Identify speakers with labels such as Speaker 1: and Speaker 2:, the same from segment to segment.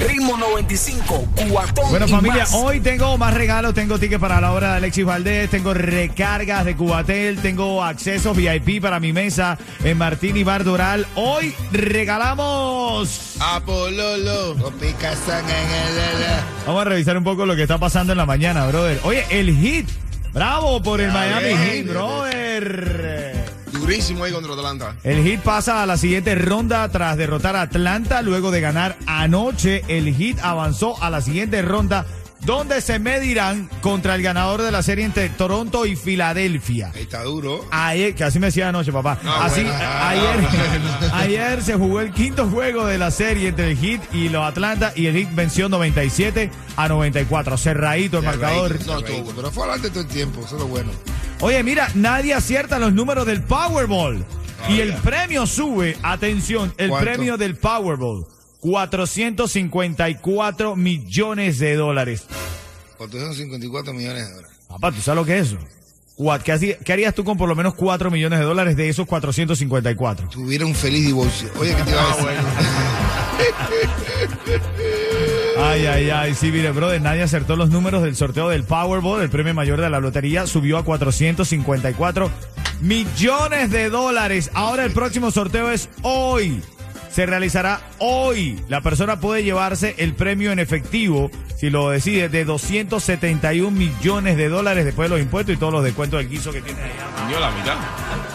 Speaker 1: Ritmo 95, Cubatón.
Speaker 2: Bueno,
Speaker 1: y
Speaker 2: familia,
Speaker 1: más.
Speaker 2: oh. hoy tengo más regalos. Tengo tickets para la obra de Alexis Valdés. Tengo recargas de Cubatel. Tengo accesos VIP para mi mesa en Martín y Bar Doral. Hoy regalamos.
Speaker 3: Apololo. O Picasso en el el-
Speaker 2: Vamos a revisar un poco lo que está pasando en la mañana, brother. Oye, el hit. Bravo por el Miami
Speaker 3: ves.
Speaker 2: Heat, brother.
Speaker 3: el. Durísimo ahí contra Atlanta.
Speaker 2: El Heat pasa a la siguiente ronda tras derrotar a Atlanta luego de ganar anoche. El Heat avanzó a la siguiente ronda donde se medirán contra el ganador de la serie entre Toronto y Filadelfia.
Speaker 3: Ahí está duro.
Speaker 2: Ayer, que así me decía anoche, papá.
Speaker 3: No,
Speaker 2: así,
Speaker 3: Ah, bueno.
Speaker 2: ayer, ayer se jugó el quinto juego de la serie entre el Heat y los Atlanta y el Heat venció 97 a 94. Cerradito el marcador.
Speaker 3: No, estuvo, pero fue adelante todo el tiempo. Eso es lo bueno.
Speaker 2: Oye, mira, nadie acierta los números del Powerball. y el premio sube, atención, el
Speaker 3: ¿Cuánto?
Speaker 2: premio del Powerball, 454 millones de dólares.
Speaker 3: 454 millones de dólares.
Speaker 2: Papá, ¿tú sabes lo que es eso? Cuat- ¿Qué, hacía- qué harías tú con por lo menos 4 millones de dólares de esos 454?
Speaker 3: Tuviera un feliz divorcio. Oye, ¿qué te iba a decir?
Speaker 2: Ay, ay, ay, sí, mire, brother, nadie acertó los números del sorteo del Powerball, el premio mayor de la lotería, subió a 454 millones de dólares. Ahora el próximo sorteo es hoy. Se realizará hoy. La persona puede llevarse el premio en efectivo, si lo decide, de 271 millones de dólares después de los impuestos y todos los descuentos del guiso que tiene allá.
Speaker 4: Yo la mitad.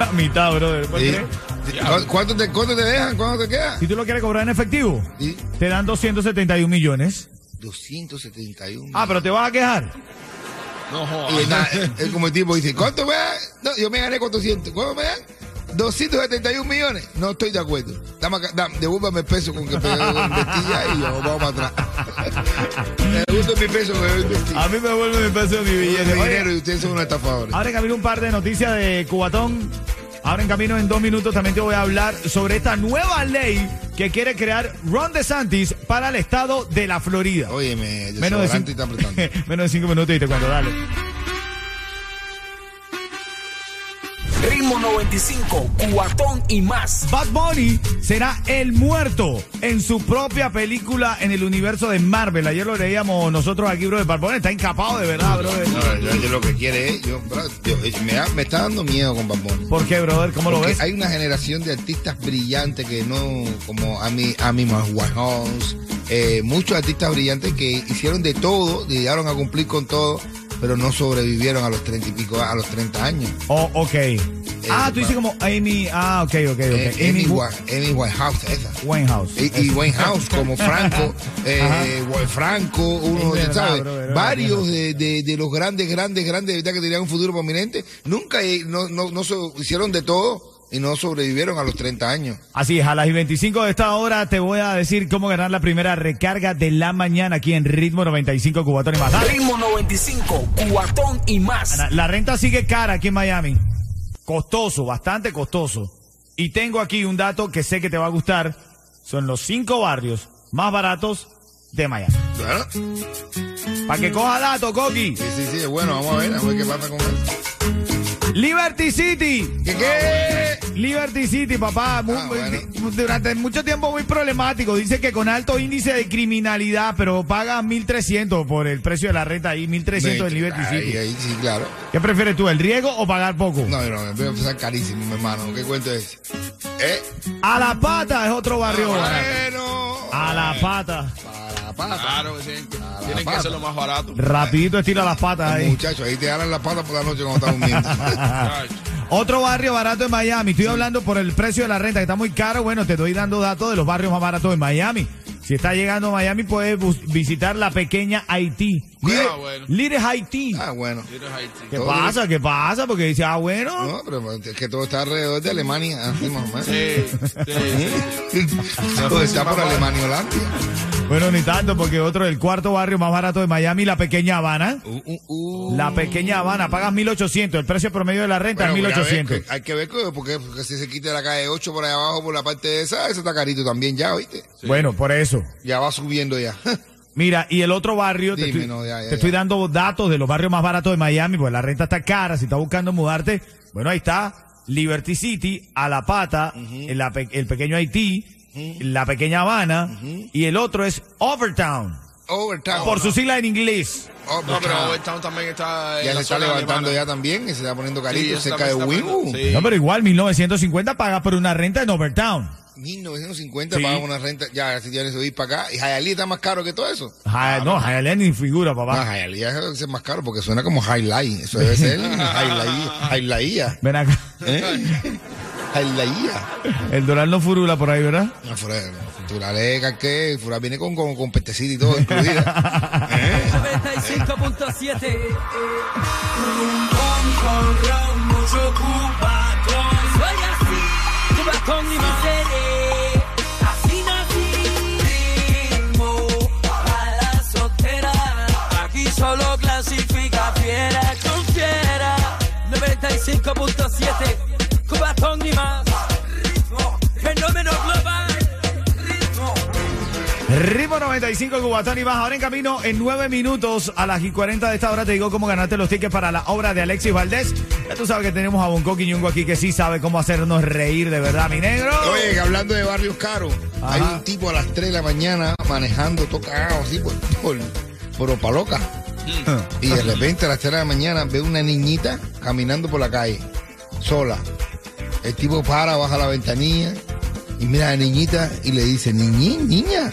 Speaker 2: A mitad, brother. ¿Puedes creer?
Speaker 3: Sí. ¿Cu- ¿Cuánto te, ¿Cuánto te dejan? ¿Cuánto te queda?
Speaker 2: Si tú lo quieres cobrar en efectivo,
Speaker 3: Sí.
Speaker 2: te dan 271 millones.
Speaker 3: 271.
Speaker 2: Ah, pero te vas a quejar.
Speaker 4: No
Speaker 3: Y
Speaker 4: jodas.
Speaker 3: está, eh, es como el tipo dice, ¿cuánto me dan? No, yo me gané 400. ¿Cuánto me dan? 271 millones. No estoy de acuerdo. Dame, acá- dame, devuélvame el peso con que pegué con vestilla y yo vamos para atrás. Me gusta mi peso con el
Speaker 2: A
Speaker 3: vestilla.
Speaker 2: mí me vuelve mi peso de mi billete. Ah, Oye, Ah,
Speaker 3: dinero y ustedes son unos estafadores.
Speaker 2: ahora en camino un par de noticias de Cubatón. Ahora en camino en dos minutos también te voy a hablar sobre esta nueva ley que quiere crear Ron DeSantis para el estado de la Florida.
Speaker 3: Óyeme, el
Speaker 2: Menos de,
Speaker 3: desodorante
Speaker 2: cinco,
Speaker 3: está apretando.
Speaker 2: menos de cinco minutos y te cuento, dale.
Speaker 1: Ritmo 95, Cubatón y más.
Speaker 2: Bad Bunny será el muerto en su propia película en el universo de Marvel. Ayer lo leíamos nosotros aquí, brother. Bad Bunny está encapado de verdad, brother.
Speaker 3: No, yo, yo lo que quiere es, yo, bro, yo- me, da- me está dando miedo con Bambón.
Speaker 2: ¿Por qué, brother? ¿Cómo lo
Speaker 3: Porque
Speaker 2: ves?
Speaker 3: hay una generación de artistas brillantes que no, como Ami, Ami Winehouse, eh, muchos artistas brillantes que hicieron de todo, llegaron a cumplir con todo, pero no sobrevivieron a los treinta y pico, a los 30 años.
Speaker 2: Oh, ok. ah, tú dices como Amy. Ah, ok, ok, ok.
Speaker 3: Eh, Amy,
Speaker 2: Amy Wa-
Speaker 3: Wi- Amy Winehouse, esa.
Speaker 2: Winehouse.
Speaker 3: Y, y Winehouse, como Franco, eh, Wa- Franco, uno,
Speaker 2: Es verdad,
Speaker 3: ¿sabes?
Speaker 2: bro, bro,
Speaker 3: Varios de, de- de los grandes, grandes, grandes, de verdad que tenían un futuro prominente, nunca eh, no, no, no so- hicieron de todo y no sobrevivieron a los 30 años.
Speaker 2: Así es, a las y 25 de esta hora te voy a decir cómo ganar la primera recarga de la mañana aquí en Ritmo 95 Cubatón y más. Dale.
Speaker 1: Ritmo 95, Cubatón y más.
Speaker 2: La renta sigue cara aquí en Miami. Costoso, bastante costoso. Y tengo aquí un dato que sé que te va a gustar. Son los cinco barrios más baratos de Miami.
Speaker 3: Claro.
Speaker 2: Para que coja dato, Coqui.
Speaker 3: Sí, sí, sí, bueno, vamos a ver, a ver qué pasa con él.
Speaker 2: Liberty City.
Speaker 3: ¿Qué, qué?
Speaker 2: Liberty City, papá, mu-
Speaker 3: Ah, bueno.
Speaker 2: durante mucho tiempo muy problemático. Dice que con alto índice de criminalidad, pero paga 1.300 por el precio de la renta ahí, 1.300 en Liberty
Speaker 3: Ahí,
Speaker 2: City.
Speaker 3: ahí, sí, claro.
Speaker 2: ¿Qué prefieres tú, el riego o pagar poco?
Speaker 3: No, no, me voy a empezar carísimo, mi hermano. ¿Qué cuento es? ¿Eh?
Speaker 2: A la pata es otro barrio. barato.
Speaker 3: Bueno.
Speaker 2: A la pata.
Speaker 3: Para la pata.
Speaker 4: Claro que sí. Tienen que
Speaker 3: pata.
Speaker 4: hacerlo más barato.
Speaker 2: Rapidito estira las patas ahí.
Speaker 3: Muchachos, ahí te jalan la pata por la noche cuando estás durmiendo.
Speaker 4: Chacho.
Speaker 2: Otro barrio barato en Miami. Estoy hablando por el precio de la renta que está muy caro. Bueno, te estoy dando datos de los barrios más baratos de Miami. Si estás llegando a Miami, puedes bus- visitar la pequeña Haití. Lire,
Speaker 4: Ah, bueno.
Speaker 2: Lire Haití.
Speaker 3: Ah, bueno.
Speaker 4: Little Haití.
Speaker 2: ¿Qué
Speaker 3: todo
Speaker 2: pasa? ¿Qué pasa? Porque dice, ah, bueno.
Speaker 3: No, pero es que todo está alrededor de Alemania, así más o menos.
Speaker 4: Sí, sí.
Speaker 3: Todo está por Alemania, Holanda.
Speaker 2: Bueno, ni tanto, porque otro del cuarto barrio más barato de Miami, la pequeña Habana.
Speaker 3: Uh,
Speaker 2: La pequeña Habana, pagas 1800, el precio promedio de la renta
Speaker 3: Bueno,
Speaker 2: es
Speaker 3: pero a ver,
Speaker 2: 1800.
Speaker 3: que- ah, Hay que ver que- porque, porque si se quita la calle 8 por allá abajo, por la parte de esa, eso está carito también ya, ¿oíste?
Speaker 2: Bueno, por eso.
Speaker 3: Ya va subiendo ya.
Speaker 2: Mira, y el otro barrio, te,
Speaker 3: Dime,
Speaker 2: estoy,
Speaker 3: no, ya, ya,
Speaker 2: te
Speaker 3: ya.
Speaker 2: estoy dando datos de los barrios más baratos de Miami, porque la renta está cara, si estás buscando mudarte, bueno, ahí está, Liberty City, A La Pata, en la pe- el, pequeño Haití, la pequeña Habana, y el otro es Overtown,
Speaker 3: Overtown.
Speaker 2: por su sigla en inglés.
Speaker 3: Overtown.
Speaker 4: Oh, No, pero Overtown también está.
Speaker 3: Oh,
Speaker 4: en
Speaker 3: ya
Speaker 4: la
Speaker 3: se está
Speaker 4: zona
Speaker 3: levantando
Speaker 4: alemana.
Speaker 3: ya también y se está poniendo
Speaker 4: Sí,
Speaker 3: carito
Speaker 4: ya se
Speaker 3: cerca de
Speaker 4: está poniendo-
Speaker 3: Winwood.
Speaker 4: sí.
Speaker 2: No, pero igual, 1950 pagas por una renta en Overtown.
Speaker 3: 1950
Speaker 2: Sí.
Speaker 3: pagan una renta, ya si tienes que subir para acá. Y Hialeah está más caro que todo eso.
Speaker 2: Ja- no, Hialeah ni figura, papá.
Speaker 3: Ah, Hialeah debe ser más caro porque suena como Highlight. Eso debe ser Highlight. Highlight.
Speaker 2: Ven acá.
Speaker 3: ¿Eh? Highlight.
Speaker 2: El dólar no furula por ahí, ¿verdad?
Speaker 3: No, Fura, Fura leca, que Fura viene con, con, con pestecito y todo incluida.
Speaker 5: 95.7 Un con ron, mucho cubatón Soy así, cubatón y más seré Así nací Ritmo para la soltera Aquí solo clasifica fiera con fiera 95.7 Cubatón y más Ritmo, fenómeno global Ritmo
Speaker 2: Ritmo 95, Cubatón y más. Ahora en camino, en 9 minutos a las y 40 de esta hora, te digo cómo ganarte los tickets para la obra de Alexis Valdés. Ya tú sabes que tenemos a Bonco Quiñongo aquí que sí sabe cómo hacernos reír de verdad, mi negro.
Speaker 3: Oye, que hablando de barrios caros,
Speaker 2: Ajá.
Speaker 3: hay un tipo a las 3 de la mañana manejando tocado así por, por, por Opaloca. Y de repente a las 3 de la mañana ve una niñita caminando por la calle, sola. El tipo para, baja la ventanilla y mira a la niñita y le dice, niñín, niña,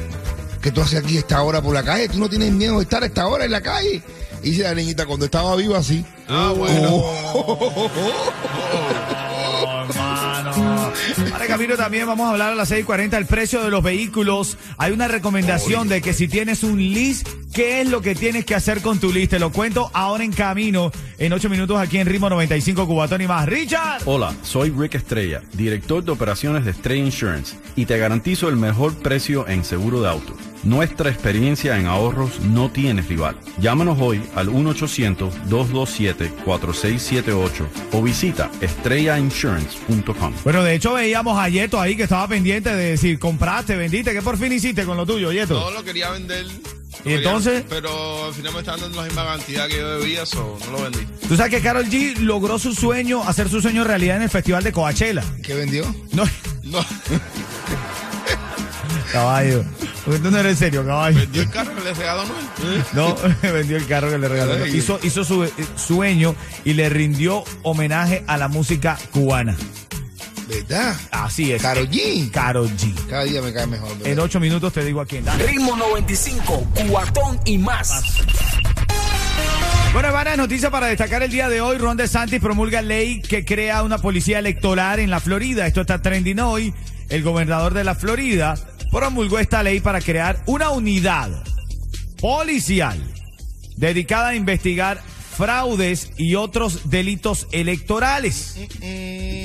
Speaker 3: ¿qué tú haces aquí a esta hora por la calle? ¿Tú no tienes miedo de estar a esta hora en la calle? Y dice la niñita, cuando estaba viva así.
Speaker 4: Ah, bueno.
Speaker 2: Oh, hermano. Ahora en camino también vamos a hablar a las 6 y 40 el precio de los vehículos. Hay una recomendación de que si tienes un lease, ¿qué es lo que tienes que hacer con tu lease? Te lo cuento ahora en camino, en 8 minutos aquí en Ritmo 95, Cubatón y más. Richard.
Speaker 6: Hola, soy Rick Estrella, director de operaciones de Estrella Insurance y te garantizo el mejor precio en seguro de auto. Nuestra experiencia en ahorros no tiene rival. Llámanos hoy al 1-800-227-4678 o visita estrellainsurance.com.
Speaker 2: Bueno, de hecho veíamos a Yeto ahí que estaba pendiente de decir, compraste, vendiste, que por fin hiciste con lo tuyo,
Speaker 4: No
Speaker 2: Yeto.
Speaker 4: lo quería vender. Lo quería-
Speaker 2: entonces?
Speaker 4: pero al final me están dando la misma cantidad que yo debía, so no lo vendí.
Speaker 2: Tú sabes que Carol G logró su sueño, hacer su sueño realidad en el Festival de Coachella.
Speaker 3: ¿Qué vendió?
Speaker 2: No,
Speaker 4: No,
Speaker 2: caballo. Porque tú no eres serio, caballo.
Speaker 4: vendió el carro que le regaló a Noel.
Speaker 2: No, vendió el carro que le regaló.
Speaker 3: Ay.
Speaker 2: Hizo, hizo su eh, sueño y le rindió homenaje a la música cubana.
Speaker 3: ¿Verdad?
Speaker 2: Así es.
Speaker 3: Karol G.
Speaker 2: Carol G.
Speaker 3: Cada día me cae mejor. ¿verdad?
Speaker 2: En ocho minutos te digo a quién. Dale.
Speaker 1: Ritmo 95, cuatón y más.
Speaker 2: Bueno, varias noticias para destacar el día de hoy. Ron DeSantis promulga ley que crea una policía electoral en la Florida. Esto está trending hoy. El gobernador de la Florida promulgó esta ley para crear una unidad policial dedicada a investigar fraudes y otros delitos electorales.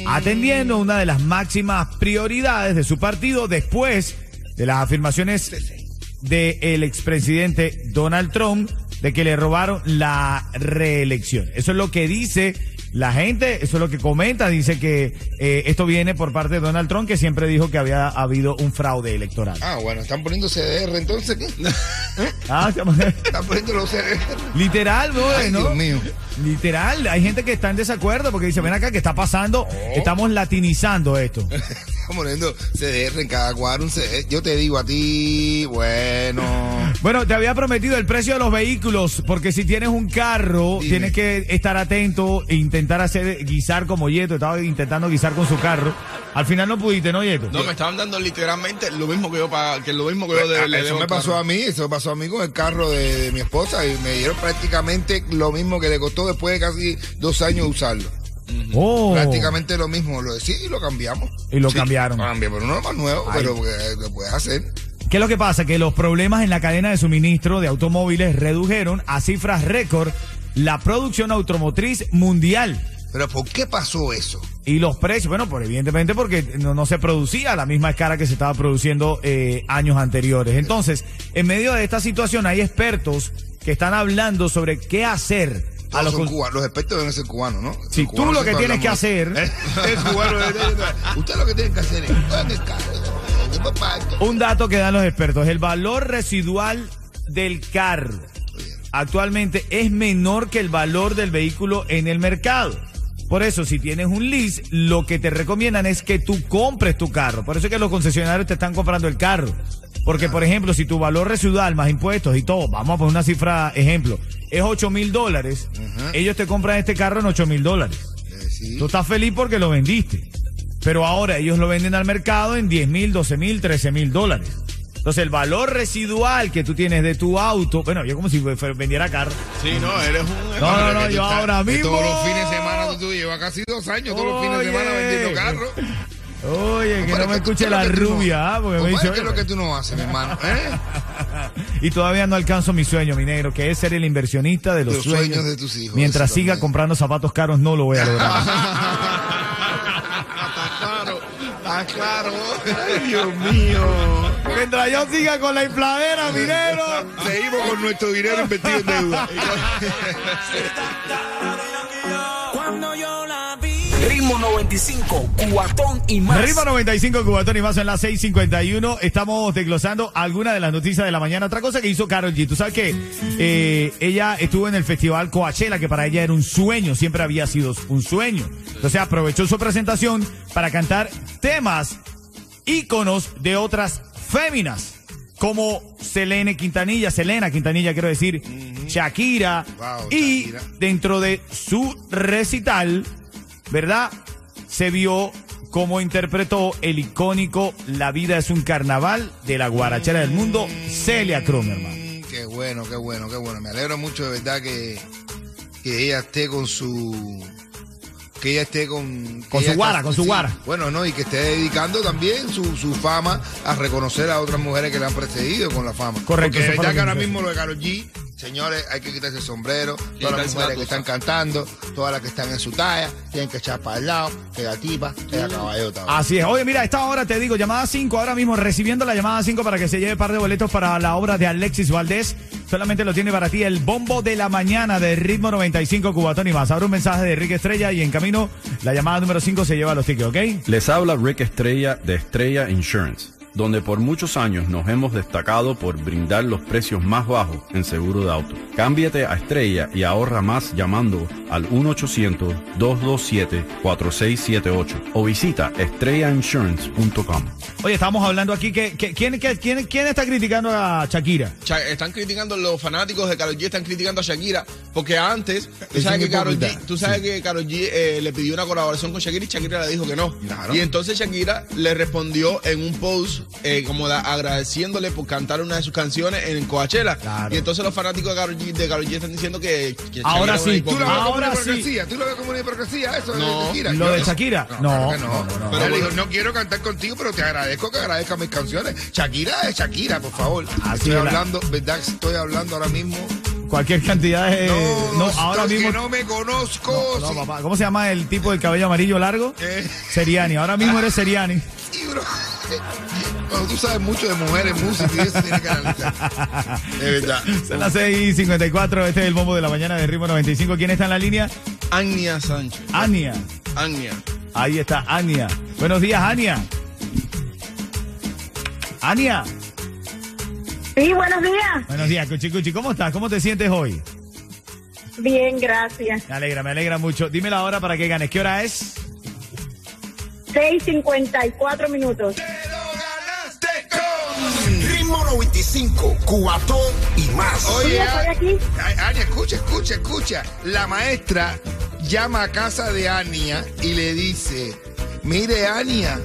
Speaker 2: Atendiendo una de las máximas prioridades de su partido después de las afirmaciones del expresidente Donald Trump de que le robaron la reelección. Eso es lo que dice la gente, eso es lo que comenta, dice que eh, esto viene por parte de Donald Trump que siempre dijo que había habido un fraude electoral.
Speaker 3: Ah, bueno, están poniendo CDR entonces. ¿qué? ¿Eh?
Speaker 2: Ah,
Speaker 3: Están poniendo los CDR.
Speaker 2: Literal, brother,
Speaker 3: Ay,
Speaker 2: ¿no?
Speaker 3: Dios mío.
Speaker 2: Literal, hay gente que está en desacuerdo porque dice, ven acá, ¿qué está pasando? Estamos latinizando esto.
Speaker 3: Están poniendo CDR en cada cuadro. Un CDR. Yo te digo a ti, bueno.
Speaker 2: Bueno, te había prometido el precio de los vehículos, porque si tienes un carro,
Speaker 3: Dime.
Speaker 2: tienes que estar atento e intentar hacer guisar como Yeto, estaba intentando guisar con su carro. Al final no pudiste, ¿no, Yeto?
Speaker 4: No, me estaban dando literalmente lo mismo que yo pagaba, que lo mismo que yo de,
Speaker 3: Ah,
Speaker 4: le
Speaker 3: Eso
Speaker 4: debo
Speaker 3: me
Speaker 4: al
Speaker 3: pasó
Speaker 4: carro.
Speaker 3: a mí, eso me pasó a mí con el carro de, de mi esposa y me dieron prácticamente lo mismo que le costó después de casi dos años usarlo.
Speaker 2: Oh,
Speaker 3: Prácticamente lo mismo, lo sí, y lo cambiamos.
Speaker 2: Y lo
Speaker 3: Sí,
Speaker 2: cambiaron.
Speaker 3: Lo cambié por uno más nuevo,
Speaker 2: Ay.
Speaker 3: pero eh, lo puedes hacer.
Speaker 2: ¿Qué es lo que pasa? Que los problemas en la cadena de suministro de automóviles redujeron a cifras récord la producción automotriz mundial.
Speaker 3: Pero ¿por qué pasó eso?
Speaker 2: Y los precios, bueno, pues evidentemente porque no, no se producía a la misma escala que se estaba produciendo eh, años anteriores. Entonces, en medio de esta situación hay expertos que están hablando sobre qué hacer a
Speaker 3: Todos
Speaker 2: los
Speaker 3: son
Speaker 2: cons-
Speaker 3: cubanos, los expertos deben ser cubanos, ¿no? Los
Speaker 2: Si
Speaker 3: cubanos
Speaker 2: tú lo que
Speaker 3: siempre
Speaker 2: tienes que
Speaker 3: hablamos-
Speaker 2: hacer-
Speaker 3: ¿Eh? El cubano es- es- Usted lo que tiene que hacer es. "Oigan el carro, oigan el papá, esto".
Speaker 2: Un dato que dan los expertos, el valor residual del carro actualmente es menor que el valor del vehículo en el mercado. Por eso, si tienes un lease, lo que te recomiendan es que tú compres tu carro. Por eso es que los concesionarios te están comprando el carro. Porque, por ejemplo, si tu valor residual más impuestos y todo, vamos a poner una cifra, ejemplo, es 8 mil dólares, ellos te compran este carro en 8 mil dólares.
Speaker 3: Eh, sí.
Speaker 2: Tú estás feliz porque lo vendiste. Pero ahora ellos lo venden al mercado en 10 mil, 12 mil, 13 mil dólares. Entonces el valor residual que tú tienes de tu auto, bueno, yo como si fue- fue- vendiera carro.
Speaker 4: Sí, no, eres un.
Speaker 2: No, no, no,
Speaker 3: Tú
Speaker 2: yo
Speaker 3: estás-
Speaker 2: ahora
Speaker 3: que
Speaker 2: mismo.
Speaker 3: Todos los fines de semana tú, tú llevas casi dos años, todos los fines de
Speaker 2: Oye.
Speaker 3: semana vendiendo carros.
Speaker 2: Oye, que no me
Speaker 3: Compadre, ¿qué- qué
Speaker 2: escuche
Speaker 3: es lo
Speaker 2: la
Speaker 3: que tú no-
Speaker 2: rubia, ah, porque me
Speaker 3: compadre,
Speaker 2: dice,
Speaker 3: ¿Qué es lo
Speaker 2: "Oye, ah".
Speaker 3: que tú no haces, mi hermano? ¿Eh?
Speaker 2: Y todavía no alcanzo mi sueño, mi negro, que es ser el inversionista de los,
Speaker 3: Los sueños de tus hijos,
Speaker 2: Mientras
Speaker 3: eso
Speaker 2: siga
Speaker 3: también.
Speaker 2: comprando zapatos caros, no lo voy a lograr.
Speaker 3: Está claro, está claro.
Speaker 4: Dios mío.
Speaker 2: Mientras yo siga con la infladera, mi negro.
Speaker 3: Seguimos con nuestro dinero invertido en deuda.
Speaker 5: Cuando yo la vi.
Speaker 1: Ritmo 95, cuatón y más.
Speaker 2: Arriba 95 Cubatón y más en las 6:51. Estamos desglosando algunas de las noticias de la mañana. Otra cosa que hizo Carol G. Tú sabes que eh, ella estuvo en el festival Coachella, que para ella era un sueño, siempre había sido un sueño. Entonces aprovechó su presentación para cantar temas íconos de otras féminas, como Selene Quintanilla, Selena Quintanilla quiero decir, Shakira,
Speaker 3: Wow,
Speaker 2: y
Speaker 3: Shakira.
Speaker 2: dentro de su recital, ¿verdad? Se vio cómo interpretó el icónico La vida es un carnaval de la guarachera del mundo, Celia Cruz, hermano.
Speaker 3: Mm, Qué bueno, qué bueno, qué bueno. Me alegro mucho de verdad que, que ella esté con su. Que ella esté con. que
Speaker 2: Con su
Speaker 3: ella
Speaker 2: guara,
Speaker 3: está-
Speaker 2: con su guara.
Speaker 3: Bueno, no, y que esté dedicando también su, su fama a reconocer a otras mujeres que le han precedido con la fama.
Speaker 2: Correcto,
Speaker 3: Porque
Speaker 2: eso fue
Speaker 3: de
Speaker 2: lo
Speaker 3: verdad
Speaker 2: que
Speaker 3: que ahora
Speaker 2: me
Speaker 3: mismo lo de Karol G, señores, hay que quitarse el sombrero. Todas las
Speaker 4: Quitarse la
Speaker 3: mujeres que
Speaker 4: tusa.
Speaker 3: están cantando, todas las que están en su talla, tienen que echar para el lado, que la tipa, que la caballota.
Speaker 2: Así es. Oye, mira, a esta hora te digo, llamada 5, ahora mismo recibiendo la llamada 5 para que se lleve par de boletos para la obra de Alexis Valdés. Solamente lo tiene para ti el bombo de la mañana de ritmo 95 Cubatón y más. Ahora un mensaje de Enrique Estrella y en camino la llamada número 5 se lleva los tickets, ¿ok?
Speaker 6: Les habla Rick Estrella de Estrella Insurance, donde por muchos años nos hemos destacado por brindar los precios más bajos en seguro de auto. Cámbiate a Estrella y ahorra más llamando al 1-800-227-4678 o visita estrellainsurance.com.
Speaker 2: Oye, estamos hablando aquí que, que- ¿quién, que- quién, quién está criticando a Shakira?
Speaker 4: Cha- Están criticando los fanáticos de Karol G, están criticando a Shakira, porque antes, tú
Speaker 3: Es
Speaker 4: sabes que
Speaker 3: un
Speaker 4: Karol G,
Speaker 3: hipócrita.
Speaker 4: tú sabes que Karol G eh, le pidió una colaboración con Shakira y Shakira le dijo que no.
Speaker 3: Claro.
Speaker 4: Y entonces Shakira le respondió en un post eh, como da- agradeciéndole por cantar una de sus canciones en Coachella.
Speaker 2: Claro.
Speaker 4: Y entonces los fanáticos de Karol G, de Karol G están diciendo que, que
Speaker 2: Ahora
Speaker 4: Shakira es una
Speaker 2: sí,
Speaker 3: ¿Tú lo
Speaker 4: hipócrita.
Speaker 3: ves como
Speaker 2: Ahora
Speaker 3: una
Speaker 2: sí.
Speaker 3: hipocresía? ¿Tú lo ves como una hipocresía? Eso
Speaker 4: No.
Speaker 3: de Shakira.
Speaker 2: ¿Lo
Speaker 3: Yo
Speaker 2: de
Speaker 3: no-
Speaker 2: Shakira?
Speaker 3: No,
Speaker 2: No,
Speaker 3: claro que no.
Speaker 2: no, no,
Speaker 3: Pero
Speaker 2: no.
Speaker 3: le digo, no quiero cantar contigo, pero te agradezco que agradezcas mis canciones. Shakira es Shakira, por favor.
Speaker 2: Así
Speaker 3: estoy
Speaker 2: es la-
Speaker 3: hablando, ¿verdad? Estoy hablando ahora mismo.
Speaker 2: Cualquier cantidad de... Eh, No, ahora
Speaker 3: estoy-
Speaker 2: mismo...
Speaker 3: Que no me conozco.
Speaker 2: No,
Speaker 3: sí.
Speaker 2: papá, ¿Cómo se llama el tipo del cabello amarillo largo?
Speaker 3: Eh.
Speaker 2: Seriani. Ahora mismo eres Seriani.
Speaker 3: Sí, bro. Cuando tú sabes mucho de mujeres, música y eso tienes que analizar. Es verdad.
Speaker 2: Son las 6.54, este es el bombo de la mañana de Ritmo 95. ¿Quién está en la línea?
Speaker 4: Ania Sánchez.
Speaker 2: Ania.
Speaker 4: Ania.
Speaker 2: Ahí está Ania. Buenos días, Ania. Ania.
Speaker 7: Sí, buenos días.
Speaker 2: Buenos días, Cuchi Cuchi. ¿Cómo estás? ¿Cómo te sientes hoy?
Speaker 7: Bien, gracias.
Speaker 2: Me alegra, me alegra mucho. Dime la hora para que ganes. ¿Qué hora es?
Speaker 7: 6.54 minutos.
Speaker 1: Ritmo 95, cuatón y más.
Speaker 7: Sí,
Speaker 3: Oye,
Speaker 7: estoy aquí.
Speaker 3: Ay, Ania, escucha, escucha, escucha. La maestra llama a casa de Ania y le dice, mire Ania,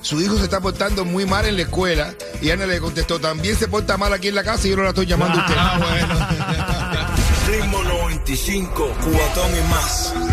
Speaker 3: su hijo se está portando muy mal en la escuela. Y Ania le contestó, también se porta mal aquí en la casa y yo no la estoy llamando a usted.
Speaker 1: Ritmo 95, cuatón y más.
Speaker 3: Tengo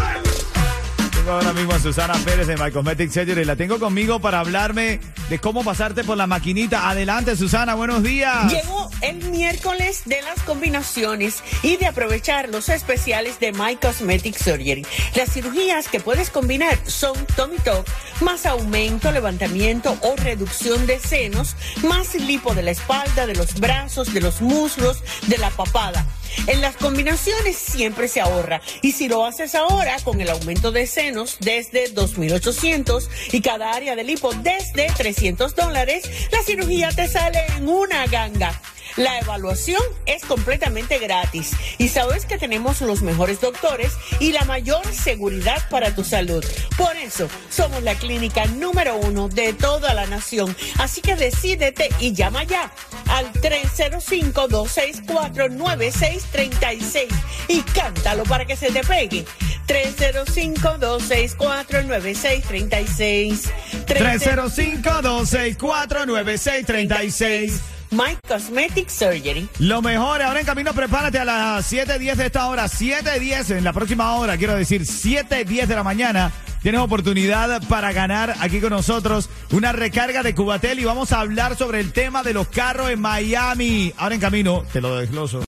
Speaker 2: Tengo ahora mismo a Susana Pérez de My Cosmetic Surgery. La tengo conmigo para hablarme de cómo pasarte por la maquinita. Adelante, Susana, buenos días.
Speaker 8: Llegó el miércoles de las combinaciones y de aprovechar los especiales de My Cosmetic Surgery. Las cirugías que puedes combinar son Tommy Top, más aumento, levantamiento o reducción de senos, más lipo de la espalda, de los brazos, de los muslos, de la papada. En las combinaciones siempre se ahorra y si lo haces ahora con el aumento de senos desde 2.800 y cada área del hipo desde 300 dólares, la cirugía te sale en una ganga. La evaluación es completamente gratis y sabes que tenemos los mejores doctores y la mayor seguridad para tu salud. Por eso, somos la clínica número uno de toda la nación. Así que decídete y llama ya al 305-264-9636 y cántalo para que se te pegue. 305-264-9636.
Speaker 2: 305-264-9636.
Speaker 8: My Cosmetic Surgery.
Speaker 2: Lo mejor, ahora en camino, prepárate a las 7.10 de esta hora, 7.10 en la próxima hora, quiero decir 7.10 de la mañana. Tienes oportunidad para ganar aquí con nosotros una recarga de Cubatel y vamos a hablar sobre el tema de los carros en Miami. Ahora en camino, te lo desgloso.